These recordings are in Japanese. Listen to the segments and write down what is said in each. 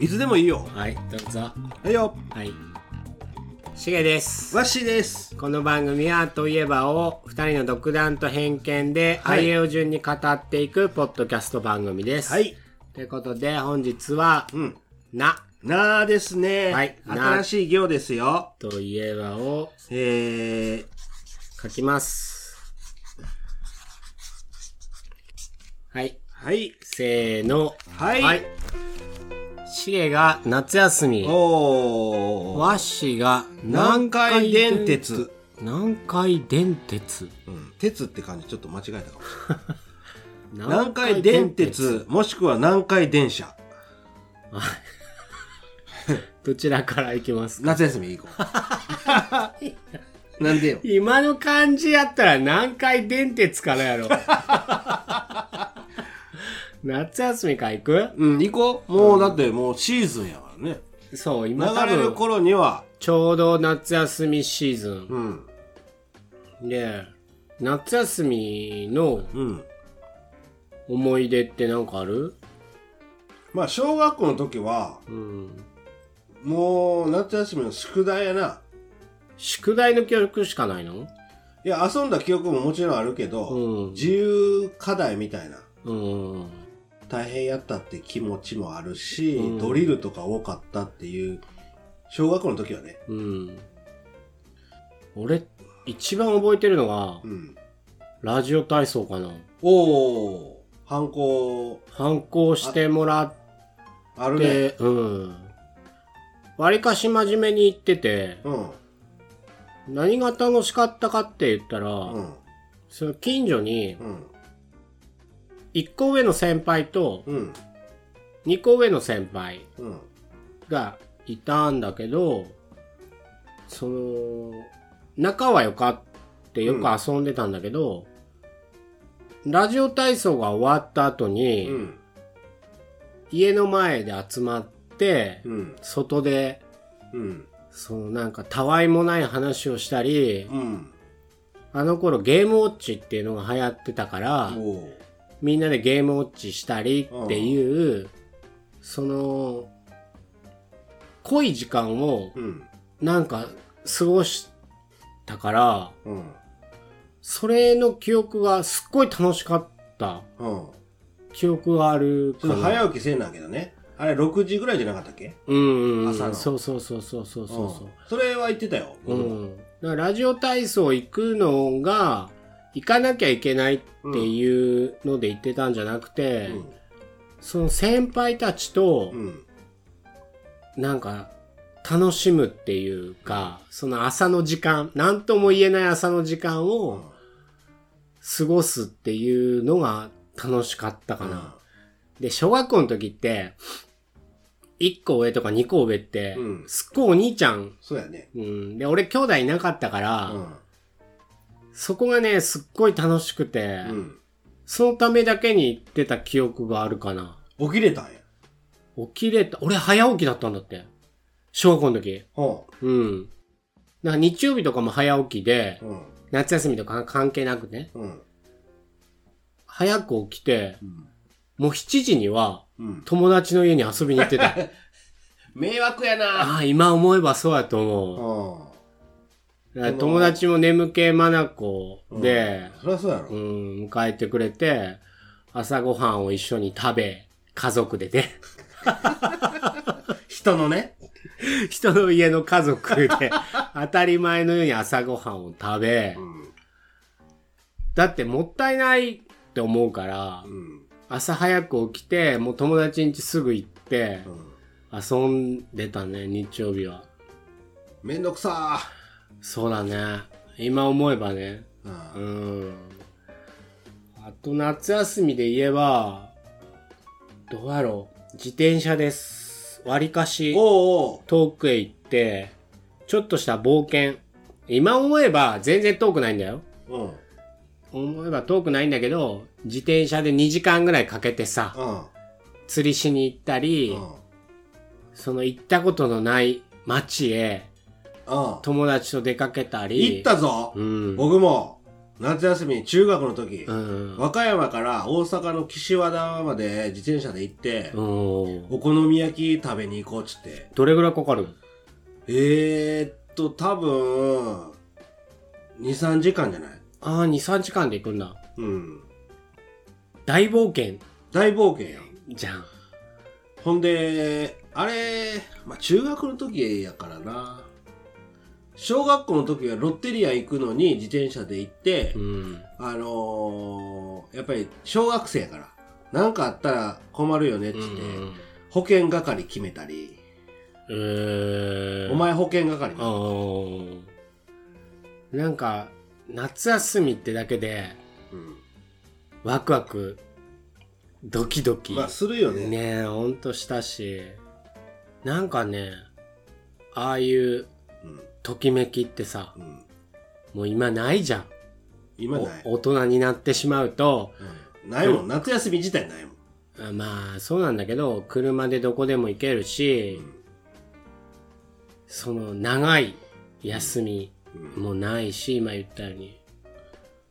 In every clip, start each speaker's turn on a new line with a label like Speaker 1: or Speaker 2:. Speaker 1: いつでもいいよ
Speaker 2: はい、どうぞ。
Speaker 1: はいよ
Speaker 2: はい。しげです。
Speaker 1: わっしーです
Speaker 2: この番組は、といえばを、二人の独断と偏見で、
Speaker 1: はい
Speaker 2: あいうえお順に語っていく、ポッドキャスト番組です。
Speaker 1: はい。
Speaker 2: ということで、本日は、
Speaker 1: うん
Speaker 2: な、
Speaker 1: なあですね、
Speaker 2: はいな
Speaker 1: 新しい行ですよ
Speaker 2: といえばを
Speaker 1: えー、
Speaker 2: 書きます。はい。
Speaker 1: はい
Speaker 2: せーの。
Speaker 1: はい
Speaker 2: しげが夏休み。
Speaker 1: おー
Speaker 2: 和紙が
Speaker 1: 南海電鉄
Speaker 2: 南海電鉄
Speaker 1: うん鉄って感じちょっと間違えたかも南海電鉄もしくは南海電車
Speaker 2: どちらから行きますか
Speaker 1: 夏休み行こう なんでよ
Speaker 2: 今の感じやったら南海電鉄からやろ 夏休みから行く
Speaker 1: うん行こうもうだってもうシーズンやからね
Speaker 2: そう今多
Speaker 1: 流れる
Speaker 2: 分
Speaker 1: 頃には
Speaker 2: ちょうど夏休みシーズ
Speaker 1: うん
Speaker 2: ンで夏休みの
Speaker 1: うん
Speaker 2: 思い出ってなんかある
Speaker 1: まあ小学校の時は
Speaker 2: うん
Speaker 1: もう夏休みの宿題やな
Speaker 2: 宿題の記憶しかないの
Speaker 1: いや遊んだ記憶ももちろんあるけど、
Speaker 2: うん
Speaker 1: 自由課題みたいな
Speaker 2: うん
Speaker 1: 大変やったって気持ちもあるし、
Speaker 2: うん
Speaker 1: ドリルとか多かったっていう小学校の時はね
Speaker 2: うん。俺、一番覚えてるのが、
Speaker 1: うん
Speaker 2: ラジオ体操かな。
Speaker 1: おお反抗
Speaker 2: 反抗してもらっ
Speaker 1: あるね
Speaker 2: て、うん。わりかし真面目に言ってて、
Speaker 1: うん
Speaker 2: 何が楽しかったかって言ったら、
Speaker 1: うん
Speaker 2: その近所に、
Speaker 1: うん
Speaker 2: 1個上の先輩と
Speaker 1: うん
Speaker 2: 2個上の先輩
Speaker 1: うん
Speaker 2: がいたんだけど、その、仲は良かってよく遊んでたんだけど、ラジオ体操が終わった後に、
Speaker 1: うん
Speaker 2: 家の前で集まって、
Speaker 1: うん
Speaker 2: 外で、
Speaker 1: うん
Speaker 2: そのなんかたわいもない話をしたり、
Speaker 1: うん
Speaker 2: あの頃ゲームウォッチっていうのが流行ってたから
Speaker 1: お、お
Speaker 2: みんなでゲームウォッチしたりっていう、その、濃い時間を
Speaker 1: うん
Speaker 2: なんか過ごしたから、
Speaker 1: うん
Speaker 2: それの記憶がすっごい楽しかった
Speaker 1: うん
Speaker 2: 記憶がある
Speaker 1: その早起きせんなんけどねあれ6時ぐらいじゃなかったっけ
Speaker 2: うんうんうん、
Speaker 1: 朝の
Speaker 2: そうそうそうそうそうそうそう。
Speaker 1: んそれは言ってたよ
Speaker 2: うん、だからラジオ体操行くのが行かなきゃいけないっていうので行ってたんじゃなくて、
Speaker 1: うん
Speaker 2: その先輩たちと
Speaker 1: うん
Speaker 2: なんか楽しむっていうかその朝の時間何とも言えない朝の時間
Speaker 1: う
Speaker 2: を
Speaker 1: ん
Speaker 2: 過ごすっていうのが楽しかったかな。で小学校の時って1個上とか2個上って、
Speaker 1: うん
Speaker 2: すっごいお兄ちゃん、
Speaker 1: そうやね
Speaker 2: うん、で俺兄弟いなかったから、
Speaker 1: うん
Speaker 2: そこがね、すっごい楽しくて、
Speaker 1: うん
Speaker 2: そのためだけに行ってた記憶があるかな。
Speaker 1: 起きれたんや
Speaker 2: 起きれた。俺早起きだったんだって。小学校の時。
Speaker 1: ほ
Speaker 2: うん。だから日曜日とかも早起きで
Speaker 1: う、うん
Speaker 2: 夏休みとか関係なくね、
Speaker 1: うん
Speaker 2: 早く起きて、
Speaker 1: うん
Speaker 2: もう7時には
Speaker 1: うん
Speaker 2: 友達の家に遊びに行ってた。
Speaker 1: 迷惑やな
Speaker 2: ああ、今思えばそうやと思
Speaker 1: うん
Speaker 2: う。だから友達も眠気まなこで、
Speaker 1: そりゃそうや
Speaker 2: う
Speaker 1: ろ
Speaker 2: ん、迎えてくれて、朝ごはんを一緒に食べ、家族でね。
Speaker 1: 人のね
Speaker 2: 人の家の家族で 当たり前のように朝ごはんを食べ、
Speaker 1: うん
Speaker 2: だってもったいないって思うから
Speaker 1: う、ん
Speaker 2: 朝早く起きて、もう友達ん家すぐ行って
Speaker 1: う、ん
Speaker 2: 遊んでたね、日曜日は。
Speaker 1: めんどくさ
Speaker 2: そうだね。今思えばね。
Speaker 1: ー
Speaker 2: う
Speaker 1: うん
Speaker 2: ん。あと夏休みで言えば、どうやろう。自転車です。割りかし。
Speaker 1: おうおう
Speaker 2: 遠くへ行って、ちょっとした冒険。今思えば全然遠くないんだよ。
Speaker 1: うんうん
Speaker 2: 思えば遠くないんだけど、自転車で2時間ぐらいかけてさ、釣りしに行ったり、
Speaker 1: うん
Speaker 2: その行ったことのない町へ
Speaker 1: うん
Speaker 2: 友達と出かけたり。
Speaker 1: 行ったぞ
Speaker 2: うん。
Speaker 1: 僕も夏休み中学の時、
Speaker 2: うん。
Speaker 1: 和歌山から大阪の岸和田まで自転車で行って、
Speaker 2: うん。
Speaker 1: お好み焼き食べに行こうっつって
Speaker 2: どれぐらいかかる
Speaker 1: えー、っと多分23時間じゃない
Speaker 2: ああ、2、3時間で行くんだ。
Speaker 1: うん
Speaker 2: 大冒険
Speaker 1: 大冒険やん
Speaker 2: じゃん。
Speaker 1: ほんで、あれ、まあ、中学の時やからな。小学校の時はロッテリア行くのに自転車で行って、
Speaker 2: うん。
Speaker 1: あのーやっぱり小学生やから、なんかあったら困るよねっつって、
Speaker 2: うん
Speaker 1: 保険係決めたり、
Speaker 2: えー。
Speaker 1: お前保険係な。
Speaker 2: うん。なんか、夏休みってだけで、
Speaker 1: うん
Speaker 2: ワクワク、ドキドキ。
Speaker 1: まあ、するよね。
Speaker 2: ねえ、ほんとしたし。なんかね、ああいう、
Speaker 1: うん
Speaker 2: ときめきってさ、
Speaker 1: うん
Speaker 2: もう今ないじゃん。
Speaker 1: 今ない。
Speaker 2: お大人になってしまうと、
Speaker 1: うんないもん。夏休み自体ないもん。
Speaker 2: あまあそうなんだけど、車でどこでも行けるし、その長い休みもないし、今言ったように。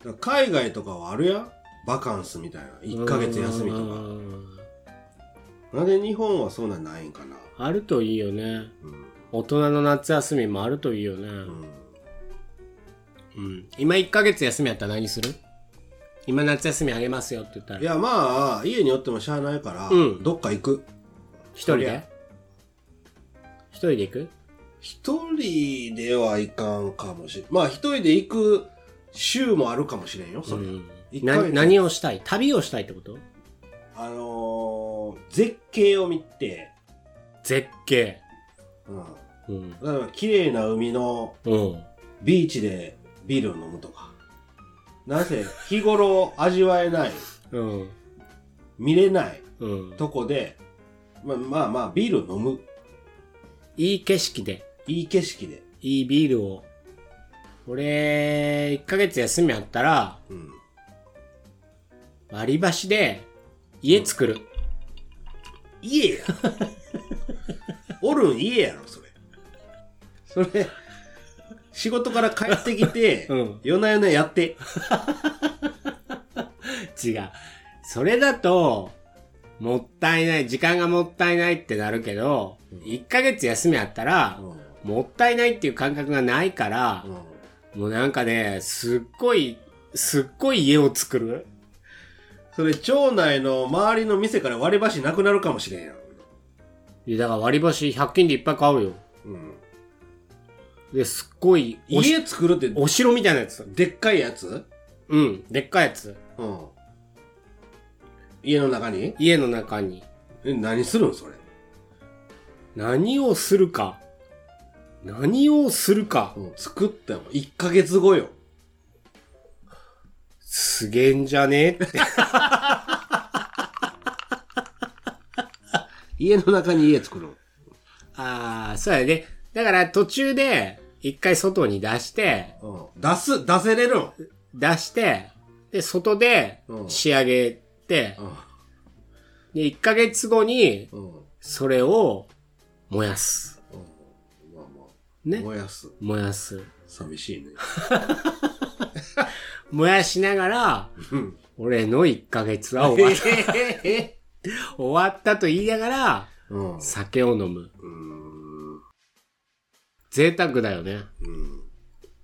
Speaker 1: だから海外とかはあるやんバカンスみたいな。1ヶ月休み
Speaker 2: う
Speaker 1: と
Speaker 2: ん
Speaker 1: か。なんで日本はそんなんないんかな。
Speaker 2: あるといいよね。
Speaker 1: うん
Speaker 2: 大人の夏休みもあるといいよね。
Speaker 1: うん
Speaker 2: うん今1ヶ月休みやったら何する今夏休みあげますよって言った
Speaker 1: い
Speaker 2: ら、
Speaker 1: やまあ家におってもしゃあないから、
Speaker 2: うん
Speaker 1: どっか行く
Speaker 2: 一人
Speaker 1: そり
Speaker 2: で
Speaker 1: ゃ
Speaker 2: 一人で行く
Speaker 1: 一人ではいかんかもしれんまあ一人で行く週もあるかもしれんよそれ、
Speaker 2: うん
Speaker 1: 一
Speaker 2: な
Speaker 1: ヶ月
Speaker 2: 何をしたい旅をしたいってこと
Speaker 1: あのー、絶景を見て、
Speaker 2: 絶景。
Speaker 1: うん、
Speaker 2: うん。
Speaker 1: 例えば綺麗な海の
Speaker 2: うん。
Speaker 1: ビーチでビールを飲むとかなぜ日頃味わえない
Speaker 2: うん。
Speaker 1: 見れない
Speaker 2: うん。
Speaker 1: とこでまあまあまあビールを飲む
Speaker 2: いい景色で、
Speaker 1: いい景色で
Speaker 2: いいビールを。俺、1ヶ月休みあったら、
Speaker 1: うん
Speaker 2: 割り箸で家作る。
Speaker 1: 家や おるん家やろそれそれ仕事から帰ってきて、
Speaker 2: うん
Speaker 1: 夜な夜なやって
Speaker 2: 違う。それだと、もったいない、時間がもったいないってなるけど、1ヶ月休みあったら、もったいないっていう感覚がないから、もうなんかね、すっごい、すっごい家を作る。
Speaker 1: それ町内の周りの店から割り箸なくなるかもしれんやん、
Speaker 2: いやだから割り箸100均でいっぱい買うよ。
Speaker 1: うん、
Speaker 2: で、すっごい、おし
Speaker 1: 家作るって
Speaker 2: お城みたいなやつ。
Speaker 1: でっかいやつ、
Speaker 2: うん、でっかいやつ。
Speaker 1: うん、家の中に
Speaker 2: 家の中に。
Speaker 1: え何するんそれ、
Speaker 2: 何をするか。何をするか。
Speaker 1: うん、作ったよ1ヶ月後よ
Speaker 2: すげえんじゃねえって。
Speaker 1: 家の中に家作る
Speaker 2: ああ、そうやね。だから途中で、一回外に出して、
Speaker 1: うん、出す出せれるん、
Speaker 2: 出して、で、外で
Speaker 1: うん
Speaker 2: 仕上げて、で、1ヶ月後に、
Speaker 1: うんうん
Speaker 2: それを燃やす。
Speaker 1: まあまあ
Speaker 2: ね。
Speaker 1: 燃やす
Speaker 2: 燃やす。
Speaker 1: 寂しい ね
Speaker 2: 燃やしながら、
Speaker 1: うん
Speaker 2: 俺の1ヶ月 は終わった。終わったと言いながら、
Speaker 1: うん
Speaker 2: 酒を飲む。贅沢だよね。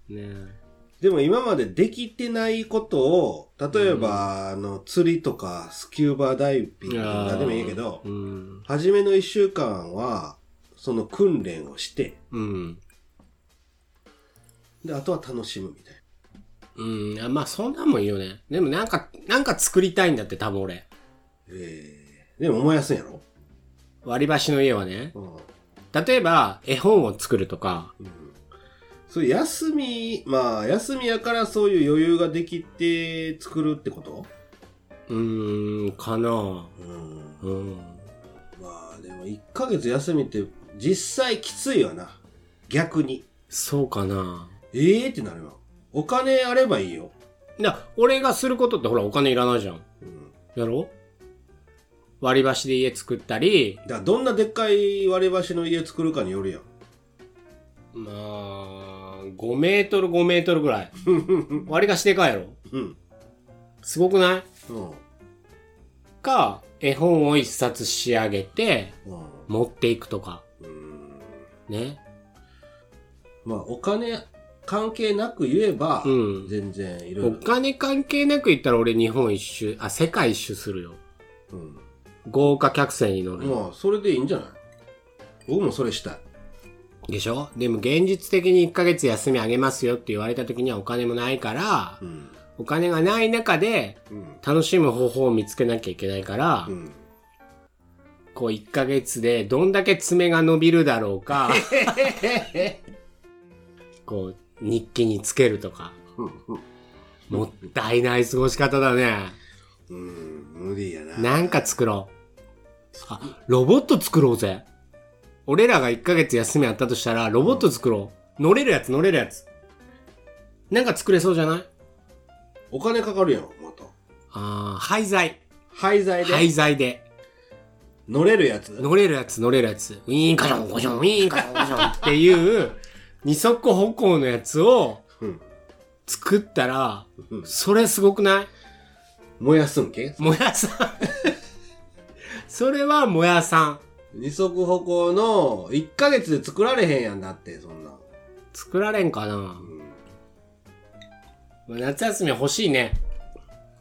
Speaker 2: ね
Speaker 1: でも今までできてないことを例えば、あの釣りとかスキューバダイビングと
Speaker 2: あ
Speaker 1: か
Speaker 2: ー
Speaker 1: でもいいけど
Speaker 2: うん。
Speaker 1: 初めの1週間はその訓練をして
Speaker 2: うん。
Speaker 1: であとは楽しむみたい
Speaker 2: うん。あまあ、そんなんもいいよね。でもなんか、なんか作りたいんだって、多分俺。
Speaker 1: な、えーでも燃やすんやろ、
Speaker 2: 割り箸の家はね。
Speaker 1: うん
Speaker 2: 例えば、絵本を作るとか。
Speaker 1: それ休みまあ休みやからそういう余裕ができて作るってこと
Speaker 2: うーん、かな
Speaker 1: うん
Speaker 2: うん。
Speaker 1: まあでも1ヶ月休みって実際きついよな逆に
Speaker 2: そうかな
Speaker 1: ええー、ってなるよお金あればいいよ、
Speaker 2: だ俺がすることってほら、お金いらないじゃん。
Speaker 1: うん、
Speaker 2: やろ割り箸で家作ったり、
Speaker 1: だからどんなでっかい割り箸の家作るかによるやん
Speaker 2: まあ、5メートル5メートルぐらい。割り箸でかいやろ
Speaker 1: うん。
Speaker 2: すごくない
Speaker 1: うん。
Speaker 2: か、絵本を一冊仕上げて、
Speaker 1: うん
Speaker 2: 持っていくとか。
Speaker 1: うん
Speaker 2: ね。
Speaker 1: まあ、お金関係なく言えば、
Speaker 2: うん
Speaker 1: 全然いろい
Speaker 2: お
Speaker 1: ろ。
Speaker 2: 金関係なく言ったら俺日本一周、あ、世界一周するよ。
Speaker 1: うん
Speaker 2: 豪華客船に乗る。
Speaker 1: まあ、それでいいんじゃない僕もそれしたい。
Speaker 2: でしょでも現実的に1ヶ月休みあげますよって言われた時にはお金もないから
Speaker 1: う、ん。
Speaker 2: お金がない中で
Speaker 1: うん。
Speaker 2: 楽しむ方法を見つけなきゃいけないから
Speaker 1: う、ん。
Speaker 2: こう1ヶ月でどんだけ爪が伸びるだろ うか、こう日記につけるとか、もったいない過ごし方だね。
Speaker 1: うん。無理やな。
Speaker 2: なんか作ろう。あ、ロボット作ろうぜ。俺らが1ヶ月休みあったとしたら、ロボット作ろう。乗れるやつ、乗れるやつ。なんか作れそうじゃない
Speaker 1: お金かかるやん、また。
Speaker 2: ああ、廃材。
Speaker 1: 廃材で、
Speaker 2: 廃材で。
Speaker 1: 乗れるやつ。
Speaker 2: 乗れるやつ、乗れるやつ。ウィーンカション、ゴション、ウィーンカション、ゴションっていう、二足歩行のやつを
Speaker 1: うん。
Speaker 2: 作ったら
Speaker 1: う、ん
Speaker 2: それすごくない
Speaker 1: 燃やすんけ
Speaker 2: もやさん。それはもやさん。
Speaker 1: 二足歩行の1ヶ月で作られへんやんだって、そんな。
Speaker 2: 作られんかな夏休み欲しいね。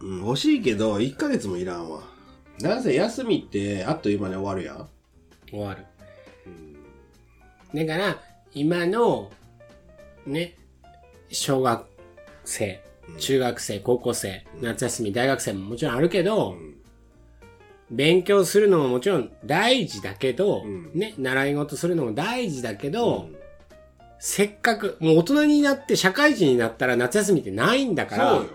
Speaker 1: うん、欲しいけど、1ヶ月もいらんわ。なんせ休みって、あっという間に終わるやん。
Speaker 2: 終わる。だから、今の、ね、小学生、中学生、高校生、夏休み、大学生ももちろんあるけど、
Speaker 1: ん
Speaker 2: 勉強するのももちろん大事だけど、
Speaker 1: うん
Speaker 2: ね、習い事するのも大事だけど、
Speaker 1: うん
Speaker 2: せっかく、もう大人になって社会人になったら夏休みってないんだから、
Speaker 1: そうよ。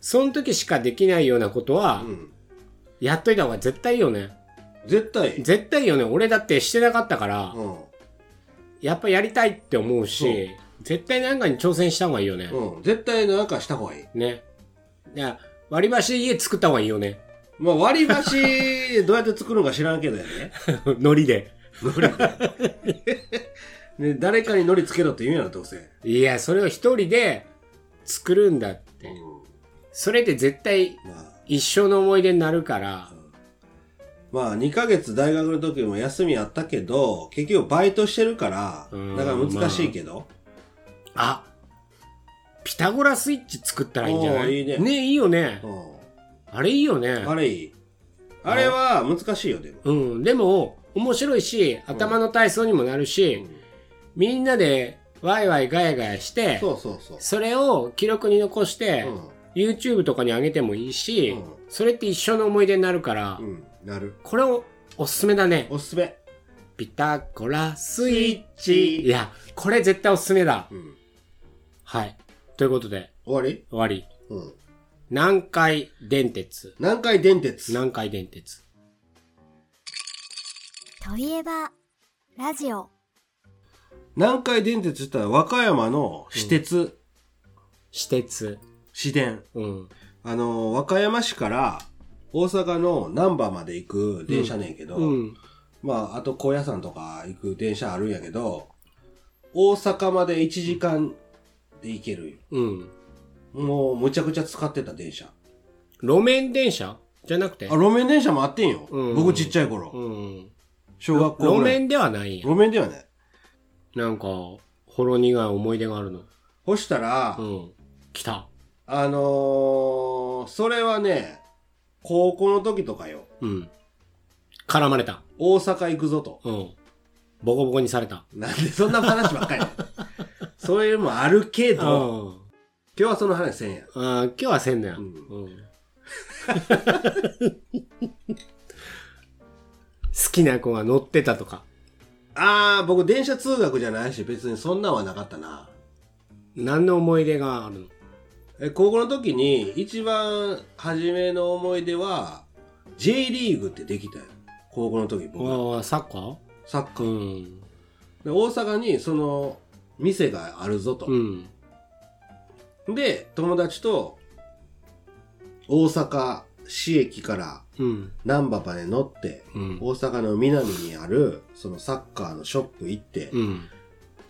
Speaker 2: その時しかできないようなことは、
Speaker 1: うん。
Speaker 2: やっといた方が絶対いいよね。
Speaker 1: 絶対。
Speaker 2: 絶対いいよね。俺だってしてなかったから、
Speaker 1: うん。
Speaker 2: やっぱやりたいって思うし、
Speaker 1: う
Speaker 2: 絶対なんかに挑戦した方がいいよね。
Speaker 1: うん。絶対なんかした方がいい。
Speaker 2: ね。いや、割り箸家作った方がいいよね。
Speaker 1: まあ、割り箸、どうやって作るのか知らんけどや ね。
Speaker 2: 海苔で。
Speaker 1: ね誰かに海苔つけろって言うんやろ、どうせ。
Speaker 2: いや、それを一人で作るんだって。それって絶対
Speaker 1: まあ、
Speaker 2: 一生の思い出になるから、
Speaker 1: まあ、2ヶ月大学の時も休みあったけど、結局バイトしてるから
Speaker 2: うん、
Speaker 1: だから難しいけど。
Speaker 2: あピタゴラスイッチ作ったらいいんじゃな
Speaker 1: おー
Speaker 2: い
Speaker 1: いいね
Speaker 2: いいよね。
Speaker 1: う
Speaker 2: あれいいよね
Speaker 1: ん。。あれいい。あれは難しいよ、でも。
Speaker 2: うん。でも、面白いし、頭の体操にもなるし、
Speaker 1: ん
Speaker 2: みんなでワイワイガヤガヤして、
Speaker 1: そうそうそう。
Speaker 2: それを記録に残して、YouTube とかに上げてもいいし、
Speaker 1: うん
Speaker 2: それって一生の思い出になるから、
Speaker 1: うん。うん。なる。
Speaker 2: これをおすすめだね。
Speaker 1: おすすめ。
Speaker 2: ピタゴラスイッ
Speaker 1: スイッ
Speaker 2: チ。
Speaker 1: チ
Speaker 2: いや、これ絶対おすすめだ。
Speaker 1: うん。
Speaker 2: はい。ということで、
Speaker 1: 終わり
Speaker 2: 終わり。
Speaker 1: うん。
Speaker 2: 南海電鉄。
Speaker 1: 南海電鉄。
Speaker 2: 南海電鉄。
Speaker 3: といえば、ラジオ。
Speaker 1: 南海電鉄って言ったら和歌山の私鉄、
Speaker 2: 私鉄。
Speaker 1: 市電。
Speaker 2: うん。
Speaker 1: あの、和歌山市から大阪の難波まで行く電車ねんけど、
Speaker 2: うん。
Speaker 1: まあ、あと高野山とか行く電車あるんやけど、大阪まで1時間で行けるよ。
Speaker 2: うん。
Speaker 1: もう、むちゃくちゃ使ってた電車。
Speaker 2: 路面電車じゃなくて
Speaker 1: あ、。路面電車もあってんよ。
Speaker 2: うん
Speaker 1: 僕ちっちゃい頃。
Speaker 2: うん。
Speaker 1: 小学校
Speaker 2: 路
Speaker 1: ぐらい。
Speaker 2: 面ではないんや。
Speaker 1: 路面ではね。
Speaker 2: なんか、ほろ苦い思い出があるの。
Speaker 1: そしたら、
Speaker 2: うん。来た。
Speaker 1: あのー、それはね、高校の時とかよ。
Speaker 2: うん。絡まれた。
Speaker 1: 大阪行くぞと。
Speaker 2: うん。ボコボコにされた。
Speaker 1: なんでそんな話ばっ かりそういうのもあるけ
Speaker 2: う
Speaker 1: ど、
Speaker 2: ん。
Speaker 1: 今日はその話せんやん。
Speaker 2: あー今日はせんのや。
Speaker 1: うん
Speaker 2: うん 好きな子が乗ってたとか。
Speaker 1: あー、僕電車通学じゃないし、別にそんなんはなかったな。
Speaker 2: 何の思い出があるの
Speaker 1: え高校の時に一番初めの思い出は、J リーグってできたよ。高校の時僕は。
Speaker 2: ああー、サッカ
Speaker 1: サッカ
Speaker 2: ー
Speaker 1: ー。
Speaker 2: うん。
Speaker 1: で大阪にその店があるぞと。
Speaker 2: うん。
Speaker 1: で、友達と大阪市駅から
Speaker 2: うん。
Speaker 1: 難波まで乗って、
Speaker 2: うん。
Speaker 1: 大阪の南にあるそのサッカーのショップ行って、
Speaker 2: うん。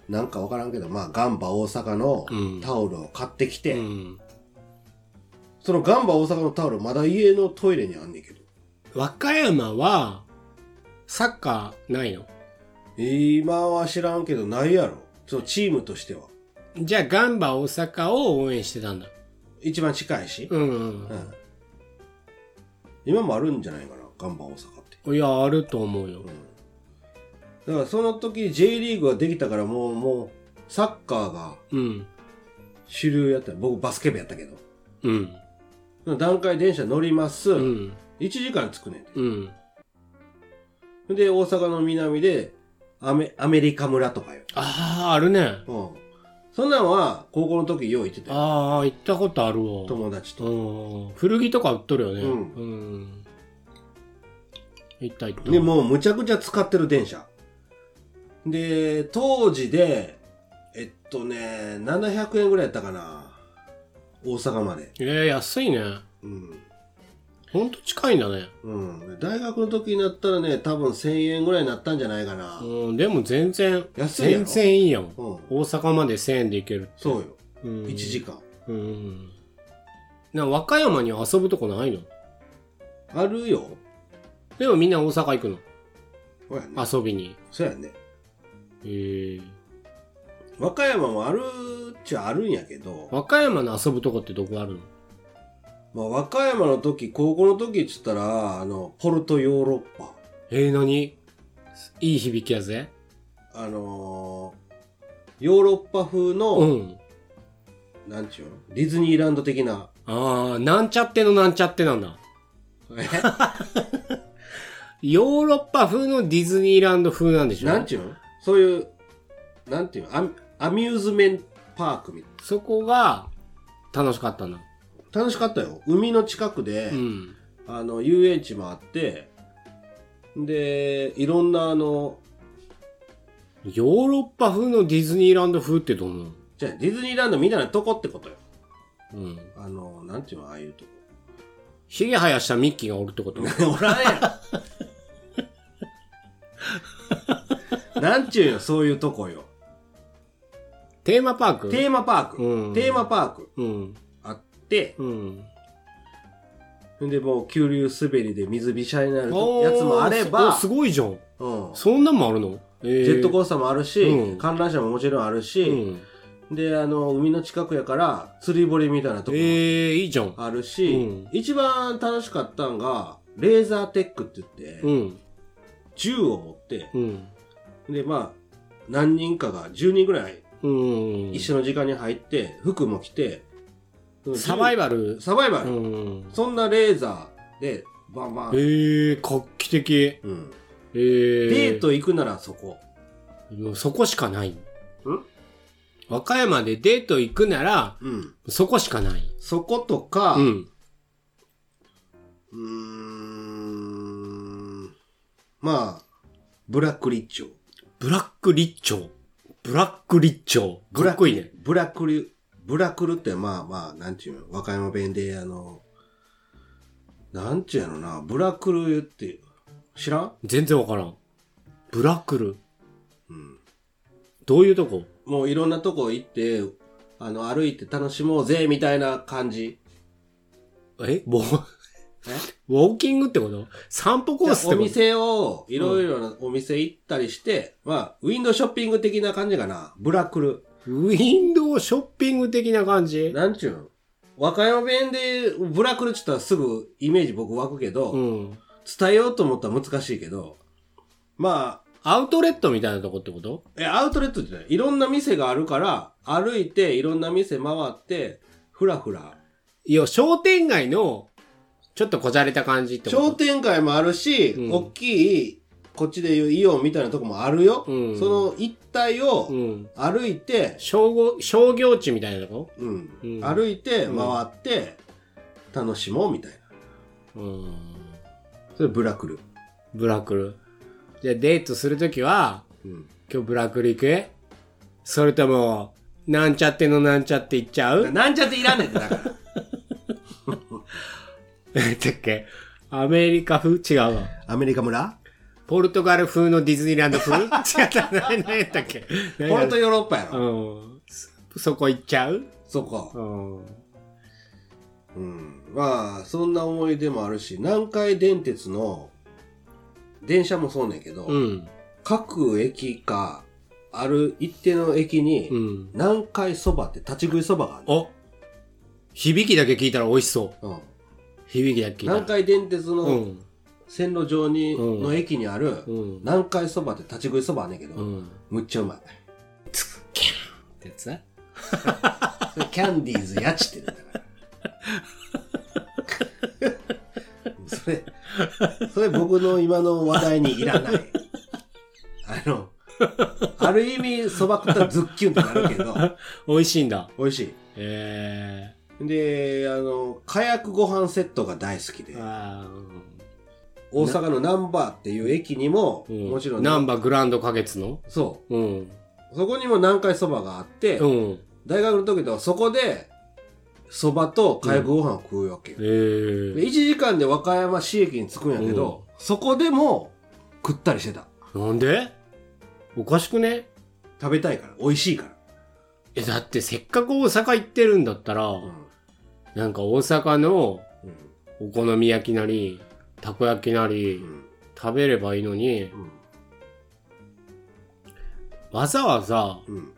Speaker 1: なんかわからんけど、まあ、ガンバ大阪の
Speaker 2: うん
Speaker 1: タオルを買ってきて、
Speaker 2: うん。
Speaker 1: そのガンバ大阪のタオルまだ家のトイレにあんねんけど
Speaker 2: 和歌山は、サッカーないの
Speaker 1: 今は知らんけどないやろそのチームとしては
Speaker 2: じゃあ、ガンバ大阪を応援してたんだ。
Speaker 1: 一番近いし、
Speaker 2: うん、うん
Speaker 1: うん今もあるんじゃないかなガンバ大阪って
Speaker 2: うん。いや、あると思うよ。
Speaker 1: だからその時 J リーグができたからもうもうサッカーが
Speaker 2: うん。
Speaker 1: 主流やった僕バスケ部やったけど
Speaker 2: うん。
Speaker 1: 段階電車乗ります、
Speaker 2: うん。
Speaker 1: 1時間着くねん
Speaker 2: うん。
Speaker 1: てで大阪の南でアメアメリカ村とかよ、
Speaker 2: ああ、あるね。
Speaker 1: うん、そんなんは高校の時よう行ってたよ
Speaker 2: ああ、行ったことあるわ。
Speaker 1: 友達と
Speaker 2: うん。古着とか売っとるよね。
Speaker 1: うん
Speaker 2: うん。行った行った。
Speaker 1: で、もうむちゃくちゃ使ってる電車。で、当時で、えっとね、700円ぐらいやったかな。大阪まで。
Speaker 2: えー、安いね。
Speaker 1: うん。
Speaker 2: ほんと近いんだね。
Speaker 1: うん。大学の時になったらね、多分1000円ぐらいになったんじゃないかな。うん。
Speaker 2: うん、でも全然、
Speaker 1: 安いやろ
Speaker 2: 全然いいやん。大阪まで1000円で行ける。
Speaker 1: そうよ。
Speaker 2: うん
Speaker 1: 1時間。
Speaker 2: うん。な和歌山に遊ぶとこないの
Speaker 1: あるよ。
Speaker 2: でもみんな大阪行くの。
Speaker 1: そうやね。
Speaker 2: 遊びに。
Speaker 1: そうやね。
Speaker 2: えー、
Speaker 1: 和歌山もあるっちゃあるんやけど、
Speaker 2: 和歌山の遊ぶとこってどこあるの
Speaker 1: まあ、和歌山の時、高校の時っつったら、あの、ポルトヨーロッパ。
Speaker 2: えー、何いい響きやぜ。
Speaker 1: あのーヨーロッパ風の、
Speaker 2: うん。
Speaker 1: なんちゅうのディズニーランド的な。
Speaker 2: ああ、なんちゃってのなんちゃってなんだ。 ヨーロッパ風のディズニーランド風なんでしょ
Speaker 1: なんちゅうのそういう、なんていうのアミアミューズメントパークみたい
Speaker 2: そこが楽しかったな。
Speaker 1: な。楽しかったよ。海の近くで、
Speaker 2: うん。
Speaker 1: あの、遊園地もあって、で、いろんなあの、
Speaker 2: ヨーロッパ風のディズニーランド風ってどんなの
Speaker 1: じゃあディズニーランドみたいなとこってことよ。
Speaker 2: うん。
Speaker 1: あの、なんていうのああいうとこ。
Speaker 2: ヒゲ生やしたミッキーがおるってこと
Speaker 1: おらんやん。なんちゅうよ、そういうとこよ。
Speaker 2: テーマパーク
Speaker 1: テーマパーク。
Speaker 2: うん
Speaker 1: テーマパーク
Speaker 2: うん。
Speaker 1: あって、
Speaker 2: うん。
Speaker 1: でもう急流滑りで水びしゃになるとやつもあれ
Speaker 2: お
Speaker 1: ば、
Speaker 2: すごいじゃん。
Speaker 1: うん、
Speaker 2: そんなんもあるのジ
Speaker 1: ジェットコ
Speaker 2: ー
Speaker 1: ースターもあるし、
Speaker 2: うん
Speaker 1: 観覧車ももちろんある
Speaker 2: ス
Speaker 1: し、
Speaker 2: うん。
Speaker 1: であの海の近くやから釣り堀みたいなとこ
Speaker 2: え
Speaker 1: も
Speaker 2: ー、いいじゃん。
Speaker 1: あるし、
Speaker 2: うん
Speaker 1: 一番楽しかったんがレーザーテックって言って、
Speaker 2: うん。
Speaker 1: 銃を持って
Speaker 2: うん。
Speaker 1: でまあ何人かが10人ぐらい
Speaker 2: うん。
Speaker 1: 一緒の時間に入って服も着て
Speaker 2: サバイ
Speaker 1: バ
Speaker 2: バル。
Speaker 1: サバイバ
Speaker 2: う
Speaker 1: ル、
Speaker 2: ん。
Speaker 1: そんなレーザーでバンバン、
Speaker 2: ええ画期的。
Speaker 1: うん、
Speaker 2: えー、
Speaker 1: デート行くならそこ
Speaker 2: もうそこしかない。ん和歌山でデート行くなら、
Speaker 1: うん
Speaker 2: そこしかない。
Speaker 1: そことか、
Speaker 2: うん。
Speaker 1: うーんまあ、ブラックリッチョ。
Speaker 2: ブラック立長。ブラック立長。
Speaker 1: ブ
Speaker 2: か
Speaker 1: ラ
Speaker 2: っこいいね。
Speaker 1: ブラックリ、ブラクルってまあまあ、なんちゅうの、和歌山弁で、あの、なんちゅうやろな、ブラクルって、知らん
Speaker 2: 全然わからん。ブラックル。
Speaker 1: うん。
Speaker 2: どういうとこ
Speaker 1: もういろんなとこ行って、あの、歩いて楽しもうぜ、みたいな感じ。
Speaker 2: えもう、 ウォーキングってこと散歩コースって
Speaker 1: お
Speaker 2: こと
Speaker 1: 店を、いろいろなお店行ったりして、まあ、ウィンドウショッピング的な感じかな。ブラクル。
Speaker 2: ウィンドウショッピング的な感じ
Speaker 1: なんちゅうの和歌山弁でブラクルっつったらすぐイメージ僕湧くけど、
Speaker 2: うん。
Speaker 1: 伝えようと思ったら難しいけど、ま
Speaker 2: アウトレットみたいなとこってこと
Speaker 1: あ、え、アウトレットじゃない。いろんな店があるから、歩いていろんな店回って、ふらふら。
Speaker 2: いや、商店街の、ちょっとこじゃれた感じってこ
Speaker 1: 商
Speaker 2: と
Speaker 1: 店街もあるし、
Speaker 2: うん
Speaker 1: 大きい、こっちでいうイオンみたいなとこもあるよ。
Speaker 2: うん
Speaker 1: その一帯
Speaker 2: う
Speaker 1: を
Speaker 2: ん。
Speaker 1: 歩いて、
Speaker 2: 商業、商業地みたいなとこ
Speaker 1: うん、
Speaker 2: うん
Speaker 1: 歩いて回って、楽しもうみたいな。
Speaker 2: うん。
Speaker 1: それブラクル。
Speaker 2: ブラクル。じゃあデートするときは、
Speaker 1: うん。
Speaker 2: 今日ブラクル行くそれとも、なんちゃってのなんちゃって行っちゃうなん
Speaker 1: なんちゃっていらんねんってだから。
Speaker 2: だっけアメリカ風違うわ。
Speaker 1: アメリカ村
Speaker 2: ポルトガル風のディズニーランド風 違った。何何やったっけ何
Speaker 1: ポルトヨーロッパやろ。
Speaker 2: うん。そそこ行っちゃう
Speaker 1: そこ。
Speaker 2: うん。
Speaker 1: うん、まあそんな思い出もあるし南海電鉄の電車もそうねんけど、
Speaker 2: うん。
Speaker 1: 各駅かある一定の駅に、
Speaker 2: うん。
Speaker 1: 南海そばって立ち食いそばがある、
Speaker 2: お響きだけ聞いたら美味しそう。
Speaker 1: うん、
Speaker 2: 響きだけ聞いたら。
Speaker 1: 南海電鉄
Speaker 2: う
Speaker 1: の
Speaker 2: ん。
Speaker 1: 線路上に、
Speaker 2: うん
Speaker 1: の駅にある、
Speaker 2: うん。
Speaker 1: 南海そばって立ち食いそばあんねんけど、
Speaker 2: うん。
Speaker 1: むっちゃうまい
Speaker 2: ってやつね。
Speaker 1: それキャンディーズやちって言うん だからそれそれ僕の今の話題にいらないあのある意味そば食ったらズッキュンってなるけど
Speaker 2: 美味しいんだ。
Speaker 1: 美味し
Speaker 2: え
Speaker 1: いであのかやくご飯セットが大好きで
Speaker 2: ー。あー
Speaker 1: 大阪の難波っていう駅にも、
Speaker 2: うん。
Speaker 1: もちろん、
Speaker 2: ナンバーグランド花月の
Speaker 1: そ
Speaker 2: うん。
Speaker 1: うそこにも南海そばがあって、
Speaker 2: うん。
Speaker 1: 大学の時とかそこでそばとかやくご飯を食うわけよ、
Speaker 2: えー
Speaker 1: で。1時間で和歌山市駅に着くんやけど、そこでも食ったりしてた
Speaker 2: なんでおかしくね
Speaker 1: 食べたいから美味しいから、
Speaker 2: え、だってせっかく大阪行ってるんだったら、
Speaker 1: う
Speaker 2: なんか大阪の
Speaker 1: んうん
Speaker 2: お好み焼きなり、たこ焼きなり、
Speaker 1: うん
Speaker 2: 食べればいいのに、わざわざ
Speaker 1: うんうん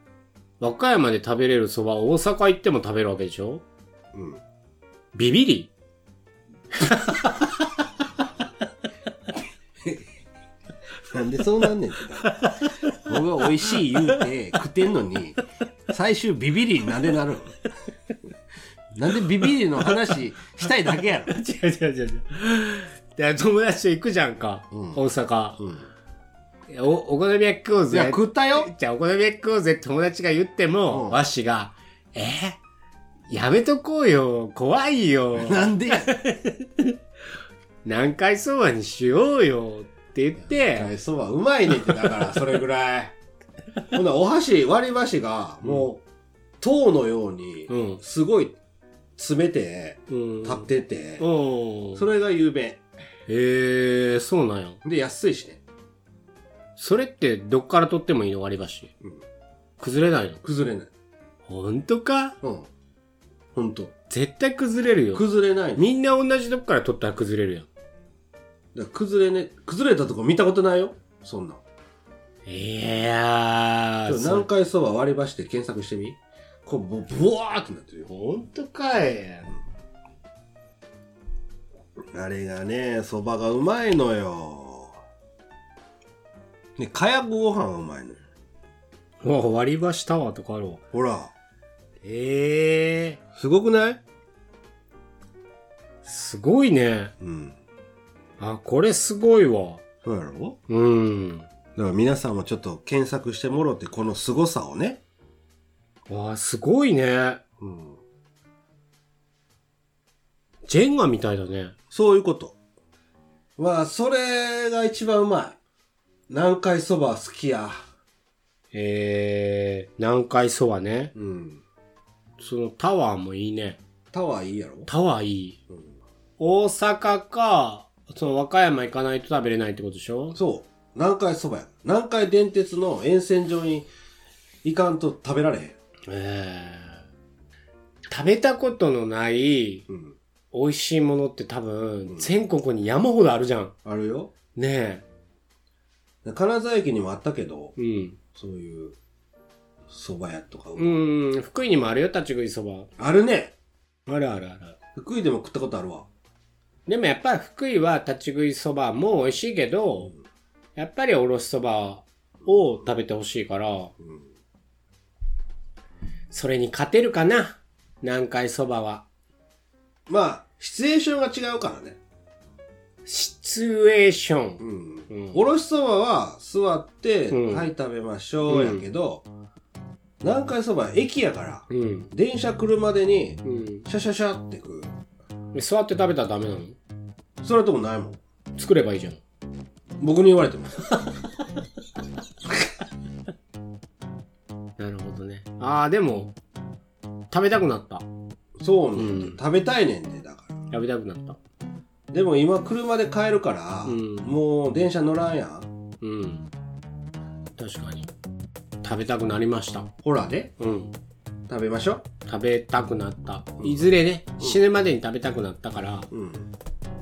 Speaker 2: 和歌山で食べれるそばを大阪行っても食べるわけでしょ
Speaker 1: うん
Speaker 2: ビビリ
Speaker 1: なんでそうなんねんってな僕は美味しい言うて食ってんのに最終ビビリになんでなるんなんでビビリの話したいだけやろ
Speaker 2: 違う違う違う違う。で友達と行くじゃんか、
Speaker 1: うん
Speaker 2: 大阪、
Speaker 1: うん
Speaker 2: お。お好み焼き食おう
Speaker 1: い
Speaker 2: ぜ。
Speaker 1: や、食ったよ。
Speaker 2: じゃあお好み焼き食おうぜって友達が言っても、
Speaker 1: うん
Speaker 2: わしが、えやめとこうよ、怖い よ、
Speaker 1: なんでや
Speaker 2: 南海そばにしようよって言って、
Speaker 1: そばうまいねんって、だから、それぐらい。ほんならお箸、割り箸が、もう、塔のように
Speaker 2: う、ん。
Speaker 1: すごい詰めて、
Speaker 2: うん。
Speaker 1: 立ってて、
Speaker 2: うん。
Speaker 1: それが有名。
Speaker 2: へえー、そうなんや。
Speaker 1: で、安いしね。
Speaker 2: それってどっから取ってもいいの割り箸。
Speaker 1: うん
Speaker 2: 崩れないの
Speaker 1: 崩れない。
Speaker 2: ほんとか
Speaker 1: うん。ほんと。
Speaker 2: 絶対崩れるよ。
Speaker 1: 崩れないの。だか
Speaker 2: みんな同じとこから取ったら崩れるやん。
Speaker 1: ら崩れね、崩れたとこ見たことないよ。そんなん。
Speaker 2: いや
Speaker 1: ちょっと
Speaker 2: ー、
Speaker 1: 南
Speaker 2: か。
Speaker 1: 海そば割り箸って検索してみ。こう、ぼぶわーってなってるよ。
Speaker 2: ほんとかい。
Speaker 1: あれがね、そばがうまいのよ。ね、かやくご飯はうまいのよ。
Speaker 2: わ割り箸タワーとかあるわ。
Speaker 1: ほら、
Speaker 2: ええ
Speaker 1: すごくない
Speaker 2: ー、すごいね。
Speaker 1: うん。
Speaker 2: あ、これすごいわ。
Speaker 1: そうやろ
Speaker 2: うん。
Speaker 1: だから皆さんもちょっと検索してもろって、この凄さをね。
Speaker 2: わあ、すごいね。
Speaker 1: うん。
Speaker 2: ジェンガみたいだね。
Speaker 1: そういうこと。まあ、それが一番うまい。南海そば好きや。
Speaker 2: えー、南海そばね。
Speaker 1: うん。
Speaker 2: そのタワーもいいね。
Speaker 1: タワーいいやろ
Speaker 2: タワーいい。
Speaker 1: うん。
Speaker 2: 大阪か、その和歌山行かないと食べれないってことでしょ
Speaker 1: そう。南海そばや。南海電鉄の沿線上に行かんと食べられへん。
Speaker 2: えー、食べたことのない
Speaker 1: うん。
Speaker 2: 美味しいものって多
Speaker 1: う
Speaker 2: 分
Speaker 1: ん
Speaker 2: 全国に山ほどあるじゃん。
Speaker 1: あるよ。
Speaker 2: ね
Speaker 1: 金沢駅にもあったけど、
Speaker 2: え。うん。
Speaker 1: そういう、蕎麦屋とか、
Speaker 2: うん、福井にもあるよ、立ち食いそば。
Speaker 1: あるね
Speaker 2: あるあるある。
Speaker 1: 福井でも食ったことあるわ。
Speaker 2: でもやっぱり福井は立ち食いそばも美味しいけど、やっぱりおろしそばを食べてほしいから、
Speaker 1: うん。
Speaker 2: それに勝てるかな南海そばは。
Speaker 1: まあ、シチュエーションが違うからね。
Speaker 2: シチュエーション。
Speaker 1: ん
Speaker 2: うん
Speaker 1: おろしそばは座って、
Speaker 2: うん
Speaker 1: はい食べましょうやけど、南海そばは駅やから、
Speaker 2: うん。
Speaker 1: 電車来るまでに、
Speaker 2: うん。
Speaker 1: シャシャシャって食う。
Speaker 2: 座って食べたらダメなの
Speaker 1: そんなとこないもん。
Speaker 2: 作ればいいじゃん。
Speaker 1: 僕に言われても。
Speaker 2: なるほどね。ああ、でも、食べたくなった。
Speaker 1: そうなんだ、
Speaker 2: う
Speaker 1: 食
Speaker 2: ん
Speaker 1: べたいねんで、だから。
Speaker 2: 食べたくなった。
Speaker 1: でも今車で帰るから、
Speaker 2: うん
Speaker 1: もう電車乗らんやん。
Speaker 2: うん。確かに。食べたくなりました。
Speaker 1: ほらね。
Speaker 2: うん。
Speaker 1: 食べましょ
Speaker 2: 食べたくなった。いずれね、死ぬまでに食べたくなったから、
Speaker 1: う、うん、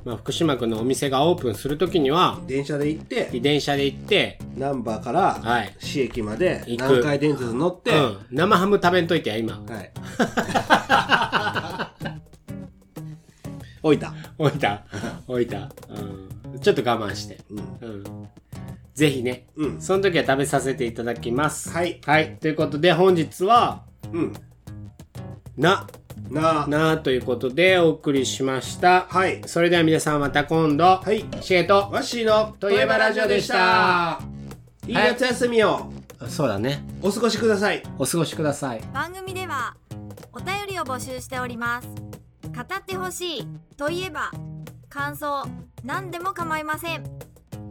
Speaker 2: まあ、福島君のお店がオープンするときには、
Speaker 1: 電車で行って
Speaker 2: 電車で行って、
Speaker 1: 難波か
Speaker 2: は
Speaker 1: ら
Speaker 2: い
Speaker 1: 市駅まで
Speaker 2: 行く
Speaker 1: 南海電鉄乗って、
Speaker 2: うん、生ハム食べんといてや、今。
Speaker 1: はい置いた、
Speaker 2: 置いた。置いた。うん。ちょっと我慢して。
Speaker 1: うん、
Speaker 2: うん。ぜひね、
Speaker 1: うん
Speaker 2: その時は食べさせていただきます。
Speaker 1: はい
Speaker 2: はい。ということで、本日は、
Speaker 1: うん
Speaker 2: な、
Speaker 1: な
Speaker 2: なあということでお送りしました。
Speaker 1: はい
Speaker 2: それでは皆さんまた今度、
Speaker 1: はい
Speaker 2: シゲと、
Speaker 1: わっしーの
Speaker 2: といえばラジオでした
Speaker 1: いい夏休みを
Speaker 2: そうだね、
Speaker 1: お過ごしください
Speaker 2: お過ごしください。
Speaker 3: 番組ではお便りを募集しております語ってほしいといえば感想何でも構いません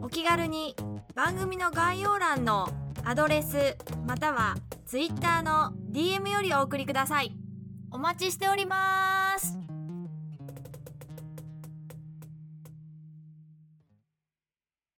Speaker 3: お気軽に番組の概要欄のアドレスまたは Twitter の DM よりお送りくださいお待ちしております